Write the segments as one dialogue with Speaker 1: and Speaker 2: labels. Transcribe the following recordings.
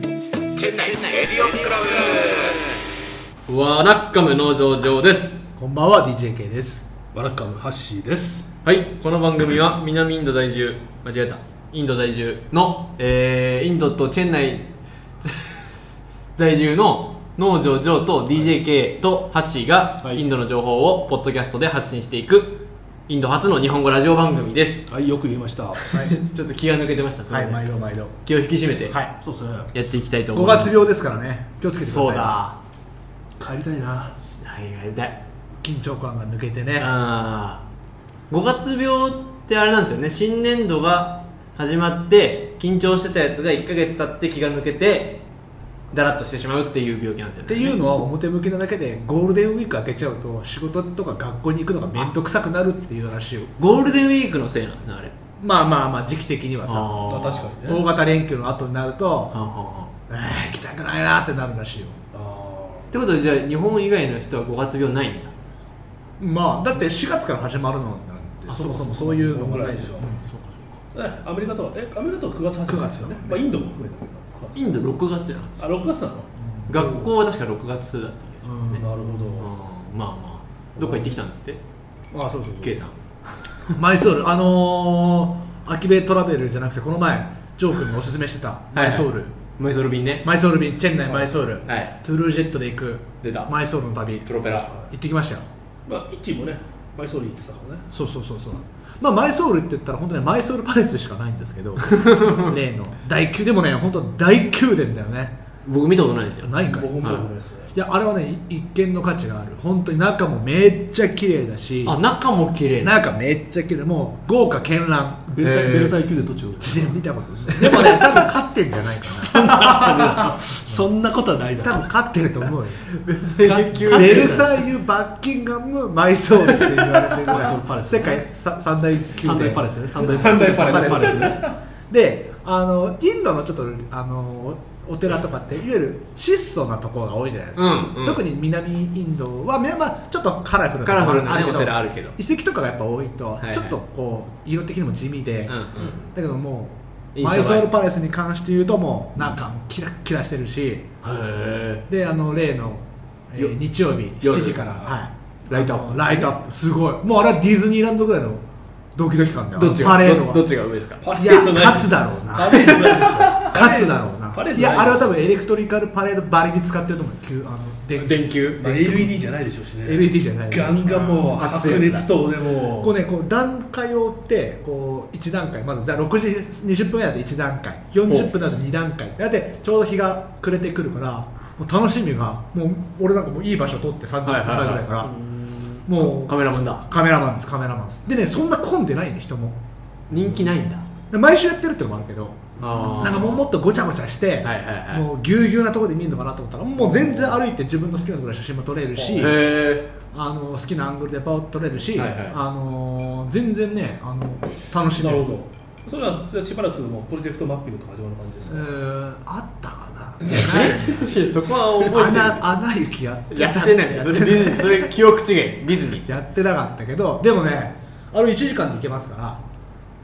Speaker 1: 店内エリオンクラ
Speaker 2: ワラッカム農場上です
Speaker 3: こんばんは DJK です
Speaker 4: ワラカムハッシーです
Speaker 2: はいこの番組は南インド在住間違えたインド在住の、えー、イン ドとチェン内在住の農場上と DJK とハッシーが
Speaker 4: はい
Speaker 2: インドの情報をポッドキャストで発信していくインド初の日本語ラジオ番組です
Speaker 4: はいよく言いました
Speaker 3: はい、
Speaker 2: ちょっと気が抜けてましたすいま
Speaker 3: は
Speaker 2: せ
Speaker 3: い、
Speaker 2: ん
Speaker 3: 毎度毎度
Speaker 2: 気を引き締めて
Speaker 3: はい
Speaker 4: そうですね
Speaker 2: やっていきたいと思
Speaker 3: 5
Speaker 2: います
Speaker 3: 月病ですからね気をつけてください
Speaker 2: そうだ
Speaker 4: 帰りたいな
Speaker 2: はいやりたい
Speaker 3: 緊張感が抜けてね
Speaker 2: あー5月病ってあれなんですよね新年度が始まって緊張してたやつが1か月経って気が抜けてだらっとしてしまうっていう病気なんですよ
Speaker 3: っ
Speaker 2: ね
Speaker 3: ていうのは表向きなだけでゴールデンウィーク開けちゃうと仕事とか学校に行くのが面倒くさくなるっていう話を
Speaker 2: ゴールデンウィークのせいなんですねあれ
Speaker 3: まあまあまあ時期的にはさ
Speaker 2: あー
Speaker 4: 確かに
Speaker 3: 大
Speaker 4: ね
Speaker 3: 型連休の後になると
Speaker 2: はんはんはんっ
Speaker 3: えー行きたくないなってなるらしいよ
Speaker 4: あ
Speaker 2: てことでじゃあ日本以外の人は5月病ないんだ
Speaker 3: まあだって4月から始まるのなん
Speaker 2: あ
Speaker 3: てそもそもそういうのもないでしょ
Speaker 2: そうかそ
Speaker 4: ー
Speaker 2: う
Speaker 4: ねアメリカとはえアメリカとは9月始まりですよねま
Speaker 3: 九月だもんね
Speaker 4: あインドも含めて9
Speaker 2: か
Speaker 4: 月
Speaker 2: インド6月なんです
Speaker 4: あ6月なの
Speaker 2: 学校は確か6月だった気がしますね、
Speaker 4: なるほ
Speaker 2: うん
Speaker 4: ど
Speaker 2: まあまあどっか行ってきたんですって
Speaker 3: あそうそうそ
Speaker 2: K
Speaker 3: う
Speaker 2: さん
Speaker 3: マイソールあのー、アキベトラベルじゃなくてこの前ジョー君がおすすめしてたマイソール、
Speaker 2: マイソール便ね
Speaker 3: マイソール便チェン内マイソール、
Speaker 2: はい
Speaker 3: トゥールージェットで行く
Speaker 2: 出た
Speaker 3: マイソールの旅
Speaker 2: プ
Speaker 3: 行
Speaker 2: ロペラ
Speaker 3: ってきましたよ
Speaker 4: まあイッチーもねバイソーリー行ってたからね
Speaker 3: そうそうそうそうまあマイソールって言ったら本当にマイソールパレスしかないんです けど例の大宮でもね本当大宮殿だよね
Speaker 2: 僕見たことないんですよ
Speaker 3: ないんかい
Speaker 4: 僕も見たことないですね
Speaker 3: いやあれはねい一見の価値がある本当に中もめっちゃ綺麗だし
Speaker 2: あ中も綺麗な
Speaker 3: 中めっちゃ綺麗もう豪華絢爛
Speaker 4: ベルサイ
Speaker 2: へー
Speaker 4: ベルサイ宮殿どっち も
Speaker 3: 自然見たことないでもね多分勝ってんじゃないかな
Speaker 4: そんなことはないだ
Speaker 3: 多
Speaker 4: ろ
Speaker 3: 分勝ってると思うよ
Speaker 4: ベ
Speaker 2: 宮
Speaker 3: ベルサイユバッキンガムマイソールって言われてるぐ
Speaker 4: マイソール
Speaker 3: ら
Speaker 4: パ
Speaker 3: い
Speaker 4: レス
Speaker 3: 世界さ三大宮殿
Speaker 4: 三大パレスね三大
Speaker 2: 三大パレス
Speaker 4: 三大パレスね
Speaker 3: であのインドのちょっとあのお寺とかっていわゆる質素なところが多いじゃないですか、
Speaker 2: うんうん
Speaker 3: 特に南インドは、まあまあ、ちょっとカラフルな
Speaker 2: カラフル
Speaker 3: ところ
Speaker 2: なねお
Speaker 3: があるけど
Speaker 2: 寺あるけど
Speaker 3: 遺跡とかがやっぱ多いと、
Speaker 2: いはい
Speaker 3: ちょっとこう色的にも地味で、
Speaker 2: うんう
Speaker 3: だ
Speaker 2: ん
Speaker 3: けども
Speaker 2: イ
Speaker 3: う
Speaker 2: ンスタ映
Speaker 3: マ
Speaker 2: え
Speaker 3: イソールパレスに関して言うともうなんかもうキラッキラしてるし
Speaker 2: へ
Speaker 3: であの例の、えー
Speaker 2: よ
Speaker 3: 日曜日
Speaker 2: 夜
Speaker 3: 7時から、はい、
Speaker 2: えライトアップ
Speaker 3: ライトアップすごいもうあれはディズニーランドぐらいのドキドキ感だよ
Speaker 2: どっちが
Speaker 3: パレード
Speaker 2: ど
Speaker 3: が
Speaker 2: どっちが上ですか
Speaker 4: パ
Speaker 3: いや
Speaker 4: ない
Speaker 3: 勝つだろうな
Speaker 4: パレードないでしょ
Speaker 3: 勝つだろうな
Speaker 4: パレードない
Speaker 3: いやあれは多分エレクトリカルパレードばりに使ってると思うきゅあの電気
Speaker 2: 電球
Speaker 4: まあ LED じゃないでしょうしね
Speaker 3: LED じゃない
Speaker 4: ガンガンもう
Speaker 3: 熱い
Speaker 4: 白
Speaker 3: やつ
Speaker 4: 熱
Speaker 3: だ
Speaker 4: 灯でも
Speaker 3: こうねこう段階を追ってこう1段階まずじゃあ6時20分ぐらいだと1段階40分だと2段階だってちょうど日が暮れてくるからもう楽しみがもう俺なんかもういい場所取って30分前ぐらいから、もう
Speaker 2: カメラマンだ
Speaker 3: カメラマンですカメラマンですでねそんな混んでないんで人も
Speaker 2: 人気ないんだ
Speaker 3: で毎週やってるってのもあるけど
Speaker 2: あー
Speaker 3: なんかもうもっとごちゃごちゃして、
Speaker 2: はいはいはい
Speaker 3: もうぎゅうぎゅうなところで見るのかなと思ったらもう全然歩いて自分の好きなところで写真も撮れるし
Speaker 2: へえ
Speaker 3: あの好きなアングルでパッと撮れるし、
Speaker 2: はいはい
Speaker 3: あの全然ねあの楽しめ
Speaker 4: なる
Speaker 3: る
Speaker 4: ほどそれはしばらくするともうプロジェクトマッピングとか始まる感じです
Speaker 3: う
Speaker 4: か、
Speaker 3: ーんあった か
Speaker 2: そこは覚
Speaker 3: な
Speaker 2: え
Speaker 3: 穴穴雪やって
Speaker 2: てるやってない
Speaker 3: や
Speaker 2: そ
Speaker 3: っ
Speaker 2: れ
Speaker 3: て
Speaker 2: ディズニーそれ記憶違いですディズニーです
Speaker 3: やってなかったけどでもねあれ1時間で行けますか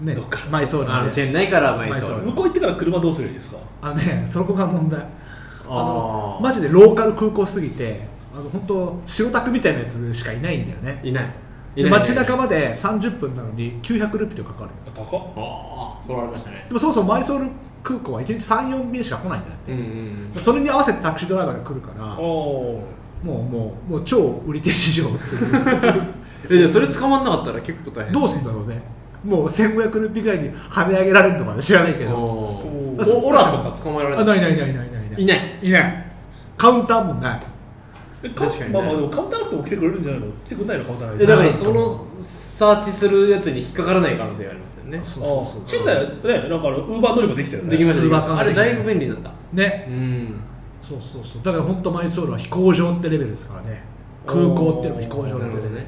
Speaker 3: らね
Speaker 4: どっか
Speaker 3: マイソール
Speaker 2: あ
Speaker 3: ま
Speaker 2: のチ
Speaker 3: で
Speaker 2: ェン内からマイソ
Speaker 3: マイソ
Speaker 2: ー
Speaker 3: ー
Speaker 2: ル
Speaker 3: ル
Speaker 4: 向こう行ってから車どうするばいいですか
Speaker 3: あのねそこが問題あの
Speaker 2: あー
Speaker 3: マジでローカル空港すぎてあの本当白タクみたいなやつしかいないんだよね
Speaker 2: いないいない
Speaker 3: 街中
Speaker 2: も
Speaker 3: まで30分なのに900ルーピーとかかかる
Speaker 4: あ高っ
Speaker 2: ああそれありましたね
Speaker 3: でもそもそもマイソール空港は1日34便しか来ないんだよ
Speaker 2: うんうん
Speaker 3: それに合わせてタクシードライバーが来るからも
Speaker 4: おー
Speaker 3: うもうもう超売り手市場っていう
Speaker 2: えじゃあそれ捕まんなかったら結構大変
Speaker 3: どうすんだろうねもう1500ルーピーぐらいに跳ね上げられるのかな知らないけど
Speaker 2: おー
Speaker 4: だ
Speaker 3: から
Speaker 2: おオラとか捕まえられ
Speaker 3: あないないないないない
Speaker 2: いない
Speaker 3: いないカウンターもない
Speaker 4: え
Speaker 2: 確かに
Speaker 4: ま
Speaker 2: ね
Speaker 4: あまあでもカウンターなくても来てくれるんじゃないの来てくれないのカウンターなく
Speaker 2: え
Speaker 4: て
Speaker 2: だからそのサーチするやつに引っかからない可能性がありますよね
Speaker 3: そ
Speaker 4: あーチェンダイねなんかあのウーバー乗りもできたよね
Speaker 2: できましたできま
Speaker 3: ウーバーさん
Speaker 2: したあれだいぶ便利だった
Speaker 3: ね
Speaker 2: うん
Speaker 3: そうそうそうだから本当マイソールは飛行場ってレベルですからね空港っていうのも飛行場
Speaker 2: な
Speaker 3: っ
Speaker 2: るほ
Speaker 3: てレベ
Speaker 2: ど
Speaker 3: ル
Speaker 2: ね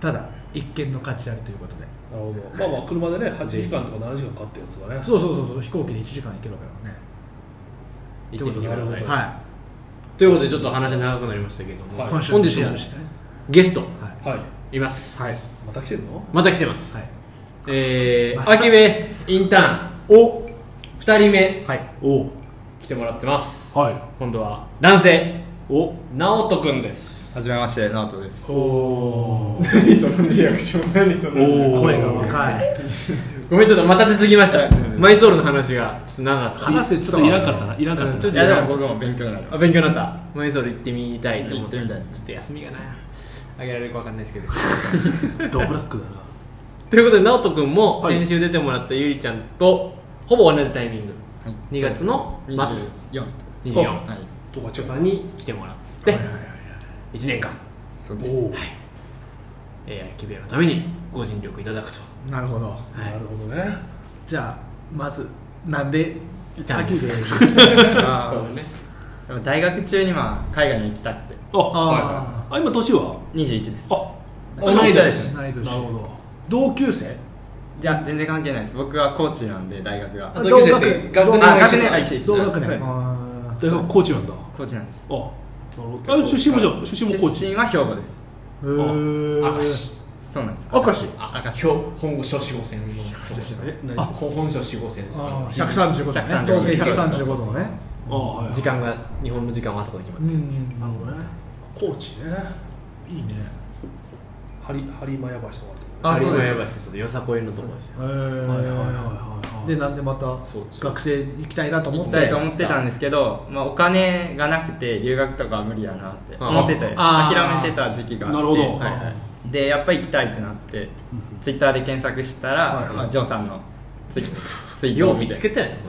Speaker 3: ただ一見の価値あるということで
Speaker 4: なるほどまあまあ車でね8時間とか7時間かかったやつがね
Speaker 3: そうそうそうそう飛行機で1時間行けるわけだからね
Speaker 2: 行ってみてください
Speaker 4: うん
Speaker 3: は
Speaker 2: ということでちょっと話長くなりましたけども、
Speaker 3: い
Speaker 4: はい
Speaker 3: 今週
Speaker 2: 本
Speaker 3: の
Speaker 2: 日
Speaker 3: 試合
Speaker 2: も
Speaker 3: あるしね
Speaker 2: ゲスト
Speaker 3: はい
Speaker 4: はい
Speaker 2: います、
Speaker 3: はい
Speaker 4: また来てんの
Speaker 2: また来てます、
Speaker 3: はい
Speaker 2: えー、
Speaker 3: また
Speaker 2: アキベインターン
Speaker 3: お
Speaker 2: 2人目
Speaker 3: はい
Speaker 4: おお
Speaker 2: 来来てもらってます、
Speaker 3: はい
Speaker 2: 今度は男性お直人君です
Speaker 1: はじめまして、ナオトです。
Speaker 3: おお
Speaker 1: 何そのリアクション、何そ
Speaker 2: のおー
Speaker 3: 声が若い
Speaker 2: ごめんちょっと待たせすぎましたマイソールの話がちょっと長かった
Speaker 3: 話せ
Speaker 4: ちょっといらんかったないらんかった
Speaker 2: ちょっと
Speaker 1: い
Speaker 2: い
Speaker 1: や、
Speaker 2: ら
Speaker 1: で
Speaker 2: んか
Speaker 1: も
Speaker 2: った
Speaker 1: 僕も勉強になりま
Speaker 2: あ
Speaker 1: し
Speaker 2: 勉強になったマイソール行ってみたいと思
Speaker 1: 行ってみたいで
Speaker 2: ち
Speaker 1: す
Speaker 2: ょっと休みがなあげられるかわかんないですけど
Speaker 4: ドブラックだな
Speaker 2: ということで直人君も先週出てもらったゆりちゃんとほぼ同じタイミング
Speaker 1: た。はい
Speaker 2: 2月の末
Speaker 1: 24。
Speaker 2: 24
Speaker 1: はい。
Speaker 4: とかち
Speaker 2: ち
Speaker 4: ょ
Speaker 2: ょ
Speaker 4: っ
Speaker 2: ぱ
Speaker 4: と
Speaker 2: に来てもらって1年間
Speaker 1: そう
Speaker 4: お
Speaker 1: です。
Speaker 4: お、
Speaker 2: えー、キビアのためにご尽力いただくと
Speaker 3: なるほど
Speaker 2: はい
Speaker 4: なるほどね
Speaker 3: じゃあまずなんで
Speaker 2: いたんで
Speaker 3: 秋
Speaker 2: す
Speaker 3: で
Speaker 1: あ
Speaker 2: そう
Speaker 1: ー
Speaker 2: だね
Speaker 1: でも大学中にまあ海外に行きたくて、
Speaker 4: あ
Speaker 3: あ
Speaker 4: あ今年は
Speaker 1: 21です。
Speaker 4: あ
Speaker 2: 同い年
Speaker 3: 同い年
Speaker 4: なるほど
Speaker 3: 同級生
Speaker 1: いや、全然関係ないです。僕は高知なんで、大学が
Speaker 3: あ。
Speaker 2: 同級生って学
Speaker 3: 同
Speaker 2: 年
Speaker 3: 学
Speaker 2: が
Speaker 1: あ、
Speaker 2: 一
Speaker 1: 学
Speaker 2: 緒
Speaker 1: 年が
Speaker 2: だ
Speaker 1: 一緒です。
Speaker 3: 同学年
Speaker 1: そうです
Speaker 3: あ
Speaker 4: 大学コーチなんだあ
Speaker 1: 高知なんです。
Speaker 4: あ出身もじゃあ出身もコー
Speaker 1: 出
Speaker 4: チ
Speaker 1: 身は兵庫です。
Speaker 3: ーへー
Speaker 2: 明石
Speaker 1: そうなんです。
Speaker 3: 明石
Speaker 2: あ明石本書四号線の
Speaker 4: え何
Speaker 2: あ本書四号線です
Speaker 3: あー135度ね
Speaker 1: 135
Speaker 3: 同点135度ね
Speaker 4: あはい
Speaker 2: 時間が日本の時間はあそこで決ま
Speaker 3: う
Speaker 2: る
Speaker 3: ん
Speaker 4: なるほどねコーチね
Speaker 3: いいね
Speaker 4: ハリハリマヤ橋とかある
Speaker 1: あ
Speaker 2: 有
Speaker 1: そう
Speaker 2: 馬
Speaker 1: です
Speaker 2: やばいしちょっとよさこいのとこですよ
Speaker 4: と
Speaker 3: へ
Speaker 4: こはいはいはい
Speaker 3: ー
Speaker 4: はいはい
Speaker 3: でなんでまた
Speaker 2: そうそう
Speaker 3: 学生行きたいなと思っ
Speaker 1: 行き
Speaker 3: て
Speaker 1: たいと思ってたんですけど、まあ、お金がなくて留学とかは無理やなって思ってて
Speaker 3: あー
Speaker 1: 諦めてた時期があって
Speaker 4: なるほど
Speaker 1: はいはい、でやっぱり行きたいってなってツイッターで検索したら、
Speaker 4: はいはい
Speaker 1: まあ、ジョーさんのツイツイート
Speaker 2: よ
Speaker 1: を
Speaker 2: う見
Speaker 1: 見
Speaker 2: つけ
Speaker 1: て
Speaker 2: たよね本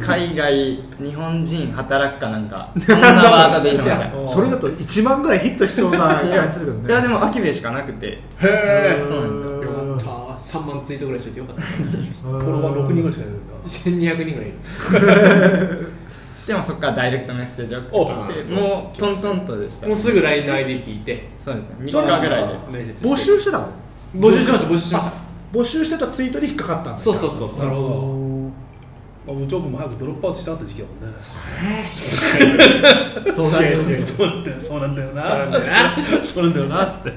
Speaker 1: 海外日本人働くかなんかそんなワードで言い
Speaker 3: い
Speaker 1: ました
Speaker 3: やそれだと1万ぐらいヒットしそうな感じするけどね
Speaker 1: いやでもアキベしかなくて
Speaker 2: 当へ
Speaker 3: ー
Speaker 1: そうなん
Speaker 3: で
Speaker 2: え
Speaker 3: すよ
Speaker 2: よかった3万ツイートぐらいしといてよかった
Speaker 3: フ
Speaker 4: フォロワー6人ぐらいしかいないんだ
Speaker 2: 1200人ぐらいいる
Speaker 1: でもそこからダイレクトメッセージを送って
Speaker 2: お
Speaker 1: もうトントンとでした
Speaker 2: もうすぐ LINE の ID 聞いて
Speaker 1: そうですね3
Speaker 3: それ
Speaker 1: 日ぐらいで
Speaker 3: 募集してたの
Speaker 2: 募集しました募集しまし
Speaker 3: 募集してたツイートに引っかかったん
Speaker 2: た
Speaker 3: だ
Speaker 2: そうそうそうそう
Speaker 4: なるほど
Speaker 3: おー
Speaker 4: あ部長君も早くドロップアウトしたかった時期だもんね
Speaker 2: そうなるよね
Speaker 4: そうなんだよそうなんだよな
Speaker 2: そうなんだよ
Speaker 4: そうなんだよなっつって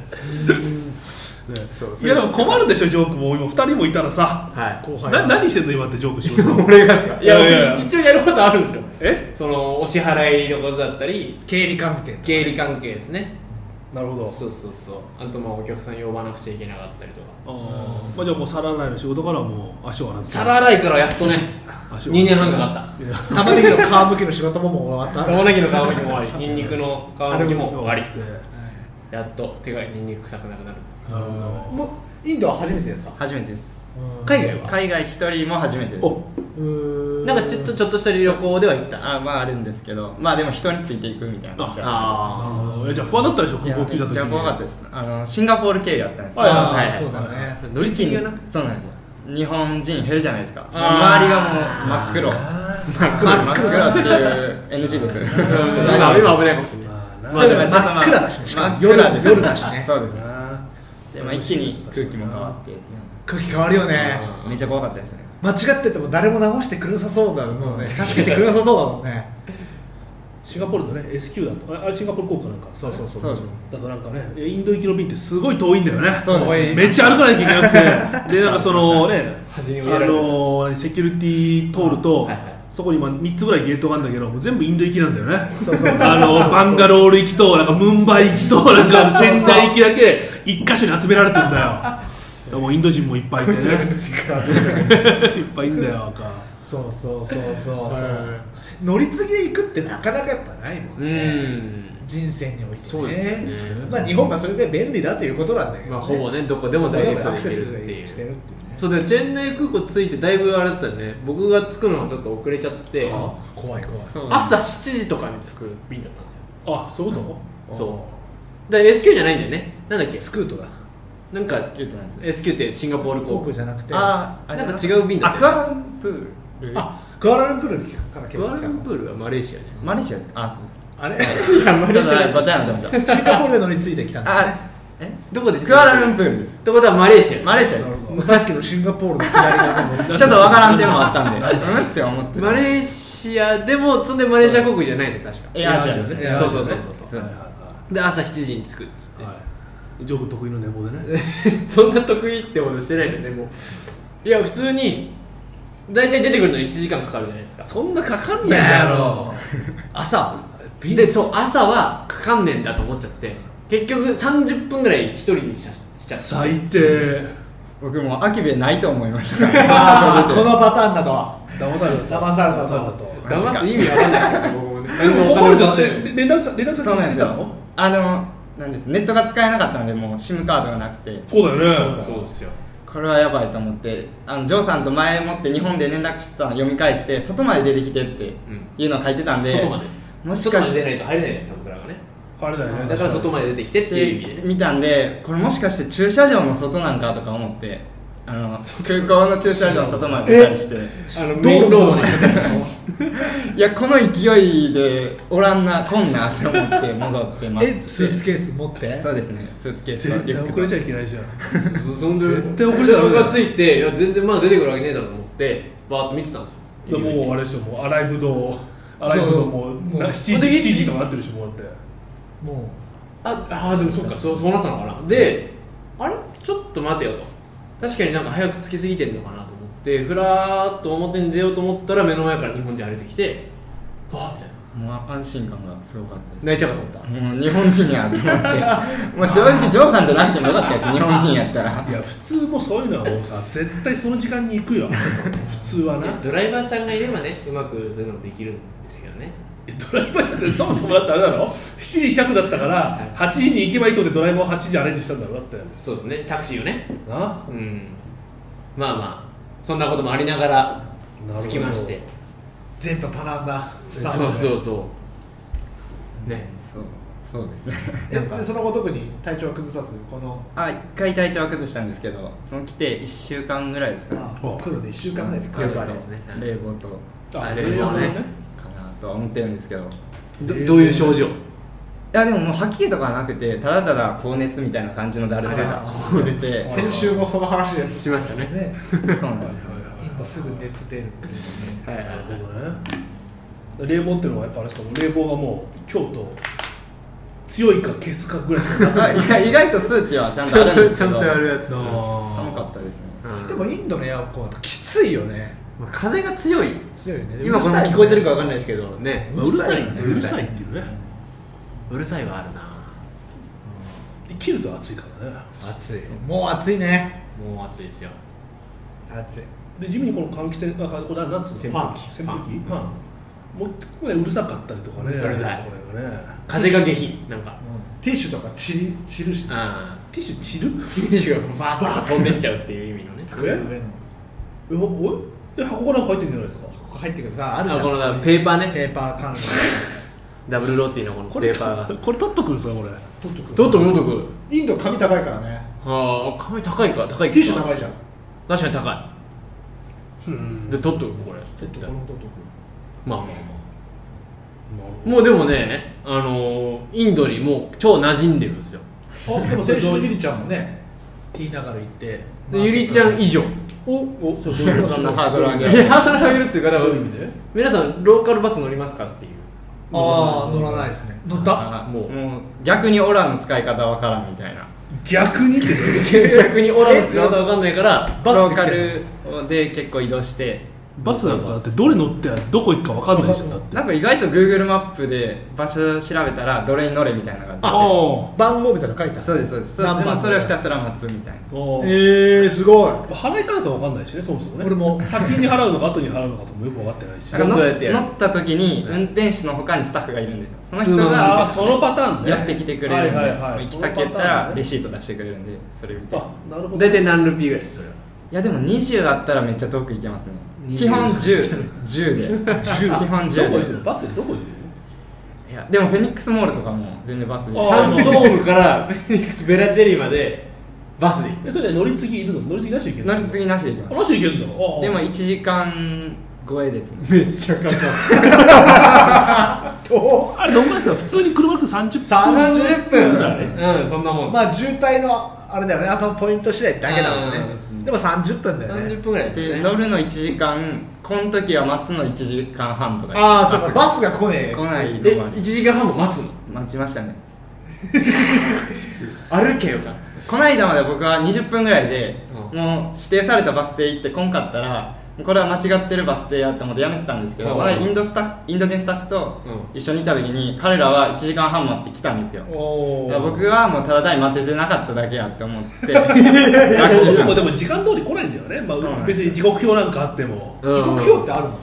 Speaker 1: そう
Speaker 4: いやでも困るでしょジョークも今2人もいたらさ
Speaker 2: はい
Speaker 3: 後輩
Speaker 4: な何してんの今ってジョーク仕事
Speaker 2: 俺がですかいや
Speaker 4: いやいや
Speaker 2: 僕一応やることあるんですよ
Speaker 4: え
Speaker 2: そのお支払いのことだったり
Speaker 3: 経理関係
Speaker 2: 経理関係ですね
Speaker 4: なるほど
Speaker 2: そうそうそうあとまあお客さん呼ばなくちゃいけなかったりとか
Speaker 4: あーまあじゃあもう皿洗いの仕事からはもう足を洗って
Speaker 2: 皿洗いからやっとね
Speaker 4: 足を
Speaker 2: 2年半か かっ
Speaker 4: いや
Speaker 3: 玉ねぎの皮むきの仕事ももう終わ
Speaker 2: た
Speaker 3: った
Speaker 2: 玉ねぎの皮むきも終わりニンニクの皮むきも終わり
Speaker 4: で
Speaker 2: やっと手がニンニク臭くなくなる
Speaker 3: あーもうインドは初めてですか
Speaker 1: 初めてです
Speaker 2: 海外は
Speaker 1: 海外一人も初めてです
Speaker 4: お
Speaker 2: なんかちょっとちょっとした旅行では行った
Speaker 1: あまああるんですけどまあでも人についていくみたいな
Speaker 4: あ
Speaker 1: じゃあ
Speaker 4: な
Speaker 2: あ
Speaker 4: るほどえじゃあ不安だったでしょ
Speaker 1: い
Speaker 4: 空
Speaker 1: や
Speaker 4: 港着いた時
Speaker 1: めっちゃ怖かったですあのシンガポール経由やったんですけど
Speaker 3: ああー、
Speaker 2: はい
Speaker 3: そうだね
Speaker 2: あ乗り継ぎがな
Speaker 1: そうなんですよ日本人減るじゃないですか
Speaker 3: あー
Speaker 1: 周りがもう真っ黒真っ黒真っ黒っていう NG です
Speaker 2: ち ょっと今今危ないかもしれない
Speaker 4: まあな
Speaker 2: まあでも
Speaker 3: 真っ暗だしねしかも夜
Speaker 1: 真っ暗です
Speaker 3: 夜だしね
Speaker 1: そうですね
Speaker 4: な
Speaker 1: で、まあ、一気に空気も変わってっていう
Speaker 3: 空気変わるよね
Speaker 1: のめっちゃ怖かったですね
Speaker 3: 間違ってても誰も直してくれなさそうだもうね助けてくれなさそうだもんね
Speaker 4: シンガポールのね SQ だとあれあれシンガポール航空なんかそうそう
Speaker 1: そうそうです
Speaker 4: だとなんかねインド行きの便ってすごい遠いんだよね
Speaker 1: そうです
Speaker 3: 遠い
Speaker 4: めっちゃ歩かなきゃいけなくてでなんかそのね
Speaker 2: 端に
Speaker 4: あ
Speaker 2: 追いやられる
Speaker 4: のーセキュリティ通ると、
Speaker 2: はいはい
Speaker 4: そこに今3つぐらいゲートがあるんだけどもう全部インド行きなんだよね
Speaker 3: そうそうそう
Speaker 4: あのーバンガロール行きとなんかムンバイ行きとなんかチェンダイ行きだけ一箇所に集められてんだよだからもうインド人もいっぱいいてね いっぱいいんだよなんか
Speaker 3: そうそうそうそうそう、
Speaker 2: はいはいはい
Speaker 3: 乗り継ぎで行くってなかなかやっぱないもん
Speaker 2: う
Speaker 3: ね、
Speaker 2: ん
Speaker 3: 人生においてね
Speaker 2: そうですよね
Speaker 3: まあ、日本がそれで便利だということなんだけど、ね
Speaker 2: まあほぼねどこでもダイレクトで行けるって
Speaker 3: してる
Speaker 2: い
Speaker 3: っ
Speaker 2: う
Speaker 3: ていうね
Speaker 2: そうだよチェンナイ空港着いてだいぶあれだったよね僕が着くのがちょっと遅れちゃって
Speaker 3: あ怖い怖い
Speaker 1: そうなんで
Speaker 2: 朝
Speaker 1: す
Speaker 2: 7時とかに着く便だったんですよ
Speaker 4: あそういうこと、
Speaker 2: そうだから SQ じゃないんだよねなんだっけ
Speaker 3: スクートだ
Speaker 2: なんか
Speaker 1: キュートなんですね
Speaker 2: SQ ってシンガポール航
Speaker 3: 航空
Speaker 2: 空
Speaker 3: じゃなくて
Speaker 1: あー
Speaker 2: なんか違う便だったよ
Speaker 1: ア
Speaker 2: ね
Speaker 1: クアプール
Speaker 3: あクアラルンプールから結
Speaker 2: クア
Speaker 3: 構
Speaker 2: ラ
Speaker 3: 来た
Speaker 2: ルン
Speaker 3: の
Speaker 2: プールはマレーシアね
Speaker 1: マレーシアですあそうです
Speaker 3: あ れ
Speaker 2: いやマ
Speaker 1: ちょっとごちゃになってました
Speaker 3: シンガポールで乗り継いできたんだね
Speaker 1: あえ
Speaker 2: どこです
Speaker 1: クアラルンプールです
Speaker 2: ってことはマレーシア
Speaker 1: マレーシアです
Speaker 3: もうさっきのシンガポールの左側の
Speaker 1: ちょっとわからん点もあったんで、うんって思って。
Speaker 2: マレーシアでもそんでマレーシア航空じゃないんですよ確か
Speaker 1: エアアジアです
Speaker 3: エ
Speaker 1: ね。
Speaker 3: アアジア
Speaker 2: そうそうそう
Speaker 1: そう
Speaker 4: はい
Speaker 1: です
Speaker 4: は
Speaker 2: で朝7時に着くっつ
Speaker 4: いはいジョブ得意の寝坊でね
Speaker 2: ってそんな得意ってことしてないですよねもういや普通に大体出てくるのに1時間かかるじゃないですか
Speaker 4: そんなかかん
Speaker 3: い
Speaker 4: ない
Speaker 3: や
Speaker 4: だ
Speaker 3: あ
Speaker 4: ろ
Speaker 3: の朝ピン
Speaker 2: でそう朝はかかんねえんだと思っちゃって結局30分ぐらい一人にしちゃしちゃった
Speaker 4: 最低
Speaker 1: 僕もアキベないと思いましたから
Speaker 3: あーこのパターンだとは
Speaker 4: 騙された
Speaker 3: 騙されたと
Speaker 2: 騙す意味わかんないから僕もね
Speaker 4: でも困るじゃんえ
Speaker 2: で
Speaker 4: 連絡さ連絡先
Speaker 1: そうなん
Speaker 4: 聞い
Speaker 1: で
Speaker 4: て
Speaker 1: す
Speaker 4: た
Speaker 1: よ
Speaker 4: の
Speaker 1: あのなんですネットが使えなかったのでもう SIM カードがなくて
Speaker 4: そうだよね
Speaker 2: そうですよ
Speaker 1: これはやばいと思ってあのジョーさんと前もって日本で連絡してたの読み返して外まで出てきてっていうのを書いてたんで、
Speaker 2: 外まで
Speaker 1: もしかし
Speaker 2: 外まで出
Speaker 1: て
Speaker 2: ないと入れないですか僕らがね
Speaker 4: あれだよね
Speaker 2: だから外まで出てきてっていう意味でね
Speaker 1: 見たんでこれもしかして駐車場の外なんかとか思ってあの空港の駐車場の外まで出たりして
Speaker 2: あの
Speaker 3: 道
Speaker 2: メイ
Speaker 3: 路
Speaker 2: ンロードに立てる
Speaker 1: いやこの勢いでおらんなこんなって思って戻って 待って
Speaker 3: えスーツケース持って
Speaker 1: そうですねスーツケース
Speaker 4: 絶
Speaker 1: とリ
Speaker 4: 対
Speaker 1: ュック
Speaker 4: 遅
Speaker 1: と
Speaker 4: れちゃいけないじゃん
Speaker 2: そんで
Speaker 4: 絶対遅れちゃダメだよ
Speaker 2: 僕がついていや全然まだ出てくるわけねえだろうと思ってバーッと見てたんです
Speaker 4: で
Speaker 2: よ
Speaker 4: もうあれでしょもう洗いぶどう洗いぶどうもう
Speaker 3: もう
Speaker 4: な7時7
Speaker 3: もう
Speaker 4: 時とかなってるでしょもうだって
Speaker 3: も
Speaker 2: ああーでもそっかそうそうなったのかなであれちょっと待てよと確かになんか早くつきすぎてんのかなと思ってふらーっと表に出ようと思ったら目の前から日本人歩いてきてわあみたいな
Speaker 1: もう安心感がすごかった
Speaker 2: 泣
Speaker 1: です
Speaker 2: いちゃうかと思った
Speaker 1: もう日本人やと 思ってもう正直ジョーさんじゃなくてもよか ったです日本人やったら
Speaker 4: いや普通もそういうのはもうさ絶対その時間に行くよ 普通はな
Speaker 2: ドライバーさんがいればねうまくそういうのもできるんですけどね
Speaker 4: ドライバーだってそもそもだってあれだろ7時着だったから8時に行けばいいと思ってドライバーを8時にアレンジしたんだろだって
Speaker 2: そうですねタクシーをね
Speaker 4: な
Speaker 2: うんまあまあそんなこともありながら
Speaker 4: な
Speaker 2: 着きまして
Speaker 3: うゼント頼んだスタート
Speaker 2: そうそ
Speaker 3: で
Speaker 2: うそうね
Speaker 1: そうそうですね
Speaker 3: えでその後特に体調を崩さずこの
Speaker 1: あ一回体調は崩したんですけどその来て1週間ぐらいですかね
Speaker 3: あ黒で1週間ぐらいですか
Speaker 2: よかったですね
Speaker 1: 冷房と
Speaker 4: あ
Speaker 2: あれはね
Speaker 1: かなとは思ってるんですけどい
Speaker 2: どどういう症状
Speaker 1: やでももう吐き気とかはなくてただただ高熱みたいな感じのだるさが
Speaker 3: あ
Speaker 1: 高熱で
Speaker 3: 先週もその話で
Speaker 2: しましたね
Speaker 3: ね
Speaker 1: そうなんですよ
Speaker 3: インドすぐ熱出るっていうね
Speaker 2: はいはい
Speaker 4: な
Speaker 2: は
Speaker 4: る
Speaker 2: い
Speaker 4: ほどね冷房っていうのはやっぱあれしかも冷房がもう今日と強いか消すかぐらいしかな
Speaker 1: あいや意外と数値はちゃんとあるんですけど
Speaker 2: やつ
Speaker 1: 寒かったですね
Speaker 3: でもインドのエアコンきついよね
Speaker 2: 風が強い
Speaker 3: 強いよね
Speaker 2: 今これも聞こえてるかわかんないですけどね
Speaker 4: うるさいね
Speaker 3: う
Speaker 4: う
Speaker 3: る
Speaker 4: る
Speaker 3: さ
Speaker 4: さ
Speaker 3: い
Speaker 4: いっていうね
Speaker 2: うるさいはあるな
Speaker 4: 切ると暑いからね
Speaker 2: 暑い
Speaker 3: もう暑いね
Speaker 2: もう暑いですよ
Speaker 3: 暑い
Speaker 4: で地味にこの換気扇あこれはなんつうの
Speaker 3: 扇
Speaker 2: 風機
Speaker 4: 扇風機まあもうこれうるさかったりとかね
Speaker 2: うるさい
Speaker 4: これがね
Speaker 2: 風が下品なんか
Speaker 3: ティッシュとか散り散るし
Speaker 2: あ
Speaker 4: ティッシュ散る
Speaker 2: あバーッと飛んでっちゃうっていう意味のね
Speaker 3: 机の上の
Speaker 4: えほおえ箱から入ってんじゃないですか
Speaker 3: ここ入ってくるさあるじ
Speaker 2: あ
Speaker 3: ゃ
Speaker 2: この
Speaker 3: ん
Speaker 2: ペーパーね
Speaker 3: ペーパー缶
Speaker 2: ダブルロッティのこのペーパーが
Speaker 4: これ取っとくんですかこれ
Speaker 3: 取っとく
Speaker 2: どっともどっとく
Speaker 3: インド髪高いからね
Speaker 2: ああ髪高いか高い
Speaker 3: ティッシュ高いじゃん
Speaker 2: 確かに高
Speaker 4: うん
Speaker 2: い
Speaker 4: な
Speaker 2: で
Speaker 4: る
Speaker 2: 取っとくこれ絶
Speaker 3: と
Speaker 2: 対
Speaker 3: こ
Speaker 2: ま
Speaker 3: ろ取っとく
Speaker 2: あまあまあ
Speaker 4: ほ
Speaker 2: もうでもね、あのーインドにもう超馴染んでるんですよ
Speaker 3: あで も先週のゆりちゃんもねティーナから行って
Speaker 2: でゆりちゃん以上
Speaker 3: お
Speaker 4: どおそれどういう
Speaker 1: そんなハードル上げ
Speaker 2: いやハードル上げるっていうか多
Speaker 4: どういう意
Speaker 2: 分
Speaker 4: 味で
Speaker 2: 皆さんローカルバス乗りますかっていう
Speaker 3: ああ乗らないですね乗った
Speaker 1: あ
Speaker 2: もう
Speaker 1: もう逆にオラの使い方わからんみたいな
Speaker 4: 逆にってどういう意味
Speaker 2: 逆にオラの使い方わかんないから
Speaker 3: バ
Speaker 1: ロ
Speaker 3: スで
Speaker 1: ー
Speaker 3: 来
Speaker 1: カ
Speaker 3: て
Speaker 1: ルで結構移動して
Speaker 4: バスなんかだってどれ乗ってどこ行くか分かんないじゃんだって
Speaker 1: なんか意外と Google マップで場所調べたらどれに乗れみたいなのが
Speaker 4: あ
Speaker 3: 番号みたいなの書いてある
Speaker 1: 出てそうですそうですそ
Speaker 3: 何番
Speaker 1: でもそれをひたすら待つみたいな
Speaker 4: おー
Speaker 3: えー、すごい
Speaker 4: 払い方分かんないしねそもそもね
Speaker 3: 俺も
Speaker 4: 先に払うのか後に払うのかともよく分かってないし
Speaker 1: なんか
Speaker 2: どうやってやる
Speaker 1: 乗った時に運転手の他にスタッフがいるんですよその 人
Speaker 4: ああ
Speaker 1: が
Speaker 4: そのパターンね
Speaker 1: 寄ってきてくれるんで、
Speaker 4: はいはいはい
Speaker 1: 行き先やったらレ
Speaker 4: しい
Speaker 1: シート出してくれるんでそれ見てい
Speaker 4: あなるほど
Speaker 2: 大体何ルピーぐらいそれはい
Speaker 1: やでも20あったらめっちゃ遠く行けますね
Speaker 2: 20
Speaker 1: 基本1010で基本
Speaker 4: どこ行く
Speaker 1: 10
Speaker 4: のバスでどこ行く
Speaker 1: でいやでもフェニックスモールとかも全然バスで
Speaker 4: あ
Speaker 2: サンドームから フェニックスベラチェリーまでバスで行
Speaker 4: のえそれで乗り継ぎいるの乗り継ぎなしで行けるの
Speaker 1: 乗り継ぎなしで行きます
Speaker 4: なしで行けるんだああ
Speaker 1: でも1時間超えですね
Speaker 2: くめっちゃかかる
Speaker 3: お
Speaker 4: あれどんぐらいですか普通に車だと30分
Speaker 3: 30分だね
Speaker 2: うんそんなもんです
Speaker 3: まあ渋滞のあれだよねあとポイント次第だけだもん
Speaker 2: うんうんうん
Speaker 3: ねでも30分だよ
Speaker 2: 30
Speaker 3: ね
Speaker 2: 分ぐらいだったね
Speaker 1: で乗るの1時間この時は待つの1時間半とか
Speaker 3: ああそうか
Speaker 1: バ
Speaker 3: バスが来ねえ
Speaker 1: スが来ない
Speaker 2: え
Speaker 1: のが
Speaker 2: 1時間半も待つの
Speaker 1: 待ちましたね
Speaker 2: 歩けよな
Speaker 1: この間まで僕は20分ぐらいで、
Speaker 2: う
Speaker 1: もう指定されたバス停行ってこんかったらこれは間違ってるバス停やと思ってやめてたんですけど、
Speaker 2: うん
Speaker 1: まあインドスタッフインド人スタッフと一緒にいた時に彼らは1時間半待って来たんですよ
Speaker 2: お
Speaker 1: いや僕はもうただ単に待ててなかっただけやって思って学習したん
Speaker 4: も
Speaker 1: で
Speaker 4: ですも時間通り来ないんだよね、ま
Speaker 1: そうなん
Speaker 4: あ、
Speaker 1: です
Speaker 4: 別に時刻表なんかあっても
Speaker 2: うん
Speaker 3: 時刻表ってあるの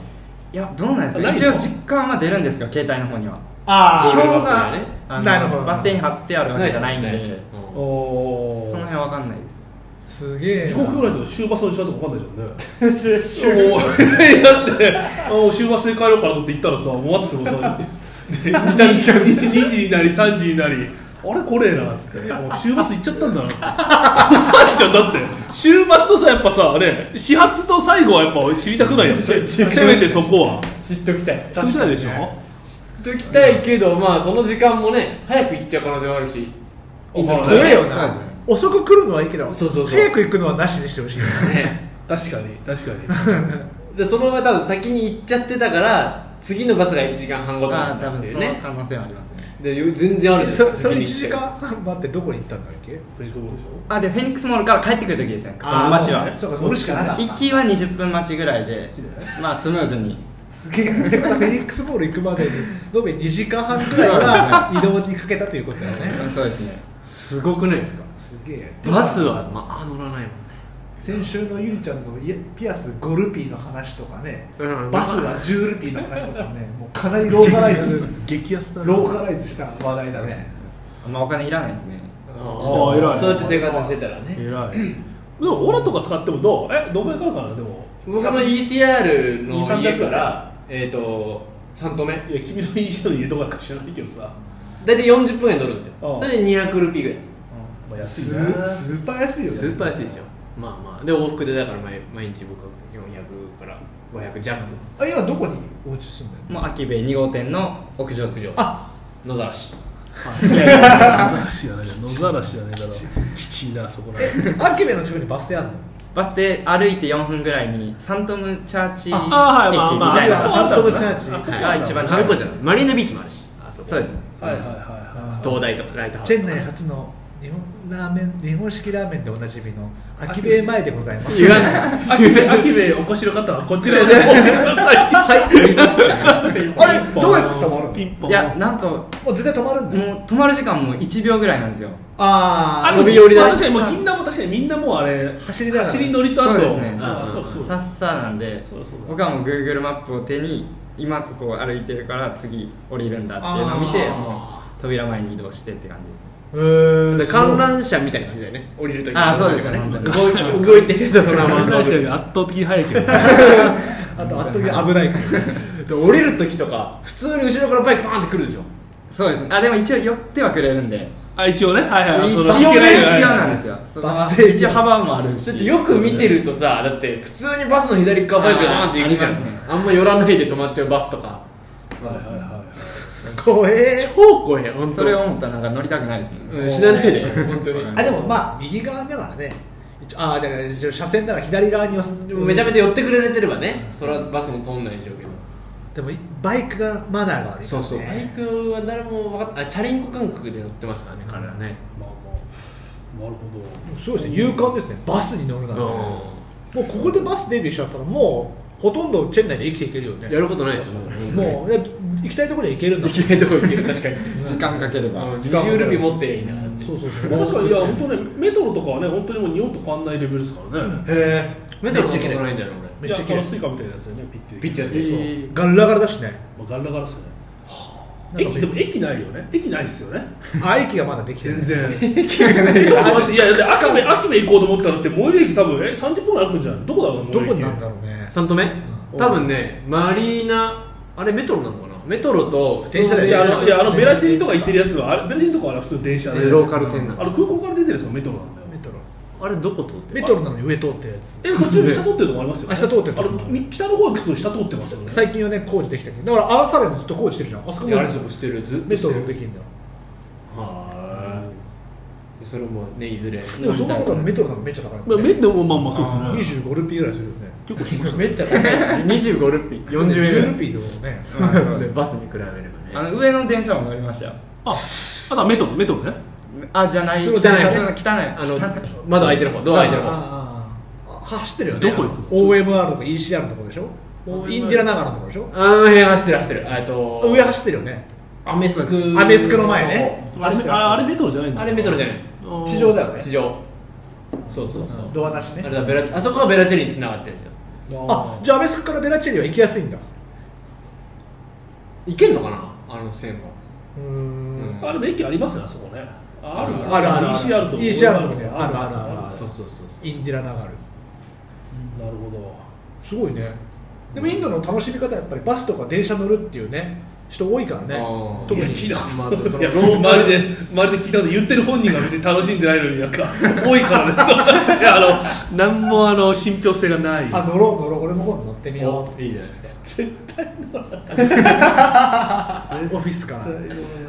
Speaker 1: いやどうなんですか
Speaker 4: ない
Speaker 1: 一
Speaker 4: の
Speaker 1: 応実感は出るんですけど携帯の方には
Speaker 3: あ
Speaker 2: ー
Speaker 1: 表
Speaker 2: 表が
Speaker 1: が
Speaker 2: ね
Speaker 1: あの
Speaker 3: なるほど
Speaker 1: バス停に貼ってあるわけじゃないんで
Speaker 2: っすねうん
Speaker 4: お
Speaker 1: その辺わかんないです
Speaker 3: すげえ
Speaker 4: 時刻表ないと終バスの時間とかわかんないじゃんね
Speaker 3: 週
Speaker 4: おーだってあー終バスで帰ろうかなと思って行ったらさもう待っててもさで2時2時になり3時になりあれ来ねえなっつってもう終バス行っちゃったんだなってじゃんだって終バスとさやっぱさね始発と最後はやっぱ知りたくない よねせめてそこは
Speaker 2: 知っときたい
Speaker 4: 知りたいでしょ、
Speaker 2: 知っときたいけどまあその時間もね早く行っちゃう可能性もあるし
Speaker 4: おまあ
Speaker 3: 怖えよ
Speaker 1: そう
Speaker 3: な
Speaker 1: ですね
Speaker 3: 遅く来るのはいいけど
Speaker 2: そうそうそう
Speaker 3: 早く行くのはなしにしてほしいよね
Speaker 2: ね
Speaker 4: 確かに確かに
Speaker 2: でそのまま多分先に行っちゃってたから次のバスが1時間半後とか
Speaker 1: ま
Speaker 2: だ
Speaker 1: あ
Speaker 2: った
Speaker 1: 多
Speaker 2: ん
Speaker 1: 分
Speaker 2: だよ
Speaker 1: その
Speaker 2: ね
Speaker 1: 可能性はありますね
Speaker 2: で全然あるんです
Speaker 3: そ
Speaker 2: よ
Speaker 3: それ
Speaker 2: 先に行
Speaker 3: 1
Speaker 2: っち
Speaker 3: 時
Speaker 2: ゃう
Speaker 3: 間半待ってどこに行ったんだっけ
Speaker 4: フェイクボールでしょ
Speaker 1: あでフェニックスモールから帰ってくる時ですねその
Speaker 3: あ
Speaker 1: 街
Speaker 3: ー
Speaker 1: は
Speaker 3: もうそうかそれしかなかった
Speaker 1: 行きは20分待ちぐらいでまあスムーズに
Speaker 3: すげえでまたフェニックスボール行くまでに延べ2時間半くらいは移動にかけたということだよね
Speaker 1: そうですね
Speaker 2: すごくないですか
Speaker 3: すげえ
Speaker 2: バスはまあ乗らないもんね
Speaker 3: 先週のゆりちゃんのいえピアス5ルピーの話とかね、
Speaker 2: うん
Speaker 3: バスは10ルピーの話とかねもうかなりローカライズ
Speaker 4: 激安だ
Speaker 3: ローカライズした話題だね
Speaker 1: あんまお金いらないですね
Speaker 4: ああ偉い
Speaker 2: そうやって生活してたらね
Speaker 4: 偉いでもオラとか使ってもどうえどんぐらいかかるかなでも
Speaker 2: 僕の ECR
Speaker 4: 二
Speaker 2: の
Speaker 4: 三百
Speaker 2: 家からえっ、と3止め
Speaker 4: いや君の印象の家とかなんか知らないけどさ、
Speaker 2: 大体40分円乗るんですよ
Speaker 4: ああ
Speaker 2: それで200ルピーぐらい
Speaker 4: まあ、
Speaker 3: ス
Speaker 4: 安いな
Speaker 3: ースーパー安いよね
Speaker 2: スーパー安いですよまあまあで往復でだから毎毎日僕は400から500弱
Speaker 3: あ今どこにお家住んでるの
Speaker 1: もう秋兵衛2号店の屋上屋上
Speaker 3: あ
Speaker 2: 野ざらし
Speaker 4: いやいや野ざらしやね野ざらしやねだろきちいなそこら辺
Speaker 3: アキベの近くにバス停あるの
Speaker 1: バス停歩いて4分ぐらいにサントムチャーチ駅みたい
Speaker 4: あはいまあまあ
Speaker 1: な
Speaker 3: あ
Speaker 4: そこあ
Speaker 3: サ
Speaker 4: ったも
Speaker 3: ント
Speaker 4: ん
Speaker 3: ム
Speaker 4: な
Speaker 3: チャー
Speaker 4: あ
Speaker 3: チ
Speaker 4: そこ
Speaker 1: が一番
Speaker 2: 観光
Speaker 1: 近い
Speaker 2: 地だマリーナビーチもあるしあそ
Speaker 1: そうですね
Speaker 4: はいはいはいは
Speaker 2: 東大とかライトハウ
Speaker 3: チ
Speaker 2: ス
Speaker 3: ェン
Speaker 2: とか
Speaker 3: 内初の日本ラーメン日本式ラーメンでおなじみのアキベ前でございます
Speaker 2: 言 わない
Speaker 4: い秋部秋部お越しの方はこちらでお越しください
Speaker 3: はいいますあれどうやって止ま
Speaker 4: ピ
Speaker 3: る
Speaker 4: ン
Speaker 3: の
Speaker 4: ポン
Speaker 1: いやなんかも
Speaker 3: もう絶対止まるん
Speaker 1: う
Speaker 3: だよ
Speaker 1: 止まる時間も1秒ぐらいなんですよ
Speaker 3: あ
Speaker 4: あ
Speaker 3: あ
Speaker 4: 飛
Speaker 2: 飛
Speaker 4: び
Speaker 2: び
Speaker 4: 降
Speaker 2: 降
Speaker 4: り
Speaker 2: りだ
Speaker 4: だ確かにもう禁断も確かにみんなもうあれ
Speaker 3: 走りながら
Speaker 4: 走り乗りとあ
Speaker 1: そう
Speaker 4: と
Speaker 1: ですね
Speaker 4: あそうそう
Speaker 1: さっさなんで
Speaker 4: そうだそうだ
Speaker 1: 僕はもう Google マップを手に今ここを歩いてるから次降りるんだっていうのを見て
Speaker 3: あー
Speaker 1: もう扉前に移動してって感じですね
Speaker 3: うーん
Speaker 2: で観覧車みたいな感じだよね降りるとき
Speaker 1: あーそうですよね
Speaker 2: ね動いてるやつはそのまま乗る
Speaker 4: 圧倒的に速いけど
Speaker 3: あとあっという間に危ないから
Speaker 2: で降りるときとか普通に後ろからバイクパーンってくるでしょ
Speaker 1: そうですねあでも一応寄ってはくれるんで
Speaker 4: あ一応ねはいはい
Speaker 1: 一
Speaker 4: そ
Speaker 1: 応
Speaker 4: う
Speaker 1: ね
Speaker 4: だ
Speaker 1: 一応なんですよそこは
Speaker 3: バス停に
Speaker 1: 一応幅もあるし
Speaker 2: だってよく見てるとさだって普通にバスの左側バイクがバーンって行くじゃん
Speaker 1: あ
Speaker 2: あ,、
Speaker 1: ーあります
Speaker 2: んま寄らないで止まっちゃうバスとか
Speaker 4: はいはいはい
Speaker 3: 怖え
Speaker 2: 超怖いよ本
Speaker 1: そ
Speaker 2: 当
Speaker 1: れを思ったらなんか乗りたくないですね
Speaker 2: うん死なないで本当に
Speaker 1: はい
Speaker 3: あでもまあ右側だからね一応あーじゃあじゃあ車線なら左側に寄せ
Speaker 2: でもめちゃめちゃ寄ってくれてればねそれはバスも通んないでしょうけど
Speaker 3: でもバイクがマナーが悪いからね
Speaker 2: そうそうバイクは誰も分かっあチャリンコ感覚で乗ってますからね彼らね
Speaker 4: まあまあなるほど
Speaker 3: そうですね勇敢ですねバスに乗るなんてね
Speaker 2: うん
Speaker 3: もうここでバスデビューしちゃったらもうほとんどチェン内で生きていけるよね
Speaker 2: やることないですよもう
Speaker 3: もういや行きたいところには行けるんだ
Speaker 2: 行きたいとこ行ける確かに
Speaker 1: 時間かければ
Speaker 3: 時間かか
Speaker 2: 20
Speaker 3: る
Speaker 2: ルピー持ってりゃいいなって
Speaker 3: そうそうそう
Speaker 4: 確かにいや本当ねメトロとかはね本当にもう日本と変わんないレベルですからね、
Speaker 2: へえ
Speaker 3: めっちゃ
Speaker 2: 乗
Speaker 3: 行
Speaker 2: っ
Speaker 3: ってて
Speaker 2: こ
Speaker 3: けな
Speaker 2: とない
Speaker 3: い
Speaker 2: んだよ
Speaker 4: い
Speaker 3: め
Speaker 4: や
Speaker 3: っ
Speaker 4: ガ
Speaker 3: ちゃ綺麗
Speaker 4: ラスイカみたいなやつだよねピッて
Speaker 2: ピッてやって
Speaker 4: そう
Speaker 3: ガラガラだしね
Speaker 4: まあ、ガラガラっすね
Speaker 3: なんか
Speaker 4: 駅でも駅ないよね駅ないっすよね
Speaker 3: あ駅がまだできて
Speaker 4: 全
Speaker 3: る
Speaker 4: 然駅がないちょっと待っていやだって秋部秋部行こうと思ったらって最寄り駅多分え30分ぐらい歩くんじゃないどこだろう
Speaker 3: どこ
Speaker 4: 最寄り駅
Speaker 3: なんだろうね
Speaker 2: 3止め
Speaker 3: うん
Speaker 2: 多分ねマリーナあれメトロなのかなメトロと普通の
Speaker 3: 電車だよ
Speaker 4: いやあのいやあのベラチェリとか行って
Speaker 2: る
Speaker 4: るやつはあれベラチェリとかはあれ普通電車で
Speaker 2: ローカル線な
Speaker 4: あ
Speaker 2: の
Speaker 4: の空港から出てるやつがメトロなんだよ
Speaker 3: メトロ
Speaker 2: あれどこ通って
Speaker 3: メ
Speaker 2: る
Speaker 3: トロなのに上通ってるやつ
Speaker 4: え途中下通ってるとこありますよ、ね、
Speaker 3: あ下通ってる
Speaker 4: あのみ北の方行くと下通ってますよね
Speaker 3: 最近はね工事できたけどだからあさらにずっと工事してるじゃんあそこ
Speaker 2: い
Speaker 3: も
Speaker 2: やあ
Speaker 3: メ
Speaker 2: れそこしてるずっとし
Speaker 3: ト
Speaker 2: て
Speaker 3: ロ
Speaker 2: る
Speaker 3: できるんだよ
Speaker 2: はーいそれもねいずれ
Speaker 3: でもそんなことはメトロなんかめっちゃ高い
Speaker 4: ま
Speaker 3: も
Speaker 4: あ
Speaker 3: んね
Speaker 4: めでもまあまあそうですね
Speaker 3: 25ルピーぐらいするよね
Speaker 4: 結構しましたね
Speaker 2: めっちゃ高い25ルピー40円
Speaker 3: 10ルピーでもね
Speaker 1: まあそうです
Speaker 2: バスに比べれば
Speaker 1: あ
Speaker 2: ね
Speaker 1: の上の電車も乗りましたよ
Speaker 4: あ、あとはメトロ、メトロね。
Speaker 1: あじゃない
Speaker 3: そ
Speaker 1: 汚
Speaker 3: う
Speaker 1: い
Speaker 3: 電車
Speaker 1: 普通の汚い
Speaker 2: あ
Speaker 1: 汚い
Speaker 2: の窓開いてる方ドア開いてる方
Speaker 3: あーあーあー走ってるよね
Speaker 4: どこ行くの
Speaker 3: ?OMR とか ECR のとこでしょ
Speaker 2: OMR
Speaker 3: インディラ長野のとこでしょ
Speaker 2: あの辺走ってる走ってるえっと
Speaker 3: 上走ってるよね
Speaker 2: アメスク
Speaker 3: アメスクの前ね
Speaker 4: あれああれメトロじゃないんだ
Speaker 2: あれメトロじゃない
Speaker 3: 地上だよね
Speaker 2: 地上そうそうそう
Speaker 3: ドアなし
Speaker 2: あれ
Speaker 3: ね
Speaker 2: だベラチあそこがベラチェリに繋がってるんですよ
Speaker 3: あじゃあアメスクからベラチェリは行きやすいんだ
Speaker 2: 行けんのかなあの線は
Speaker 3: うーん
Speaker 4: あれも駅ありますねあそこねあるんだ
Speaker 3: あるあるある
Speaker 4: ECR と
Speaker 3: ECR とかねあるあるあるある
Speaker 2: そうそうそうそう
Speaker 3: インディラ長野
Speaker 4: なるほど
Speaker 3: すごいねでもインドの楽しみ方はやっぱりバスとか電車乗るっていうね人多いから
Speaker 2: あ
Speaker 3: ね
Speaker 2: ー
Speaker 3: 特
Speaker 4: いや聞い
Speaker 3: に
Speaker 4: たこと
Speaker 2: まあ
Speaker 4: ない
Speaker 2: その
Speaker 4: いや
Speaker 2: ローカ
Speaker 4: 周
Speaker 2: ル
Speaker 4: りで周りで聞いたこと言ってる本人が別に楽しんでないのになんか多いからねあの何もあの信憑性がない
Speaker 3: あ乗ろう乗ろう俺も今度乗ってみよ
Speaker 2: いいじゃないですか
Speaker 4: 絶対
Speaker 3: うオフィスか
Speaker 4: 絶対乗ら
Speaker 3: ら
Speaker 4: ない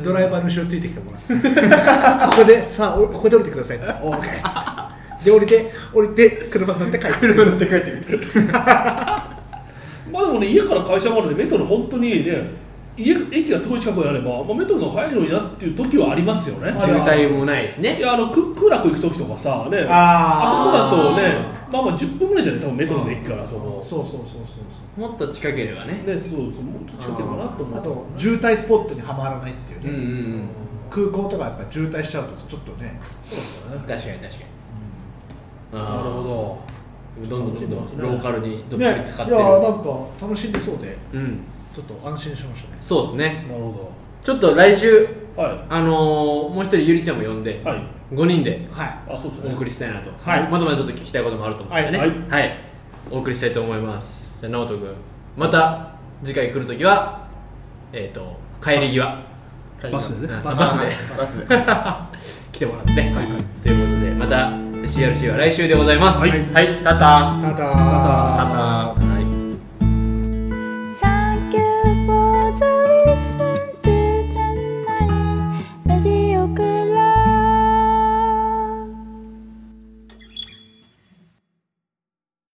Speaker 3: ドライバーの後ろついてきてもらう ここでさあおここで降りてく ださいってオーケーっつってで降りて降りて車乗って帰ってくる
Speaker 2: って帰ってくる
Speaker 4: まあでもね家から会社までメトロ本当にね家駅がすごい近くであれば、まあ、メトロの方が早いのになっていう時はありますよね
Speaker 3: あ
Speaker 2: 渋滞もないし
Speaker 4: い
Speaker 2: ね
Speaker 4: やあのく空楽行く時とかさね
Speaker 3: あー
Speaker 4: あそこだとねまあまあ10分ぐらいじゃない多分メトロで行くからそこ
Speaker 3: そうそうそうそう
Speaker 2: もっと近ければね
Speaker 4: ねそうそうもっと近くかなと
Speaker 3: そ
Speaker 4: 思
Speaker 3: う
Speaker 4: う
Speaker 3: あと渋滞スポットにはまらないってい
Speaker 2: うんう
Speaker 3: うね、
Speaker 2: ん
Speaker 3: 空港とかやっぱ渋滞しちゃうとちょっとね
Speaker 4: そうです
Speaker 2: うん
Speaker 4: ね
Speaker 2: 確かに確かに
Speaker 4: なるほど
Speaker 2: どどんどんどんどんローカルにどっぷ
Speaker 3: ねいやな
Speaker 2: り
Speaker 3: ん
Speaker 2: 使
Speaker 3: か
Speaker 2: ってる、
Speaker 3: 楽しんでそうで
Speaker 2: うん
Speaker 3: ちょっと安心しましたね
Speaker 2: そうですね
Speaker 4: なるほ
Speaker 2: ちょっと来週
Speaker 4: どは
Speaker 2: あのー、もう一人ゆりちゃんも呼んで、
Speaker 4: いはい
Speaker 2: 5人で
Speaker 3: はい
Speaker 4: あそうです
Speaker 2: お
Speaker 4: ね
Speaker 2: 送りしたいなと、
Speaker 3: はい
Speaker 2: まだまだちょっと聞きたいこともあると思うんでね
Speaker 4: はい
Speaker 2: はいお送りしたいと思いますじゃあ直人君また次回来るときはえっ、と帰り際
Speaker 4: バスでね
Speaker 2: うん
Speaker 3: バ
Speaker 2: バ
Speaker 3: ス
Speaker 2: スで
Speaker 1: バス
Speaker 2: 来てもらって、ということでまた CRC は来週でございますはい、はい、タタ
Speaker 3: ただ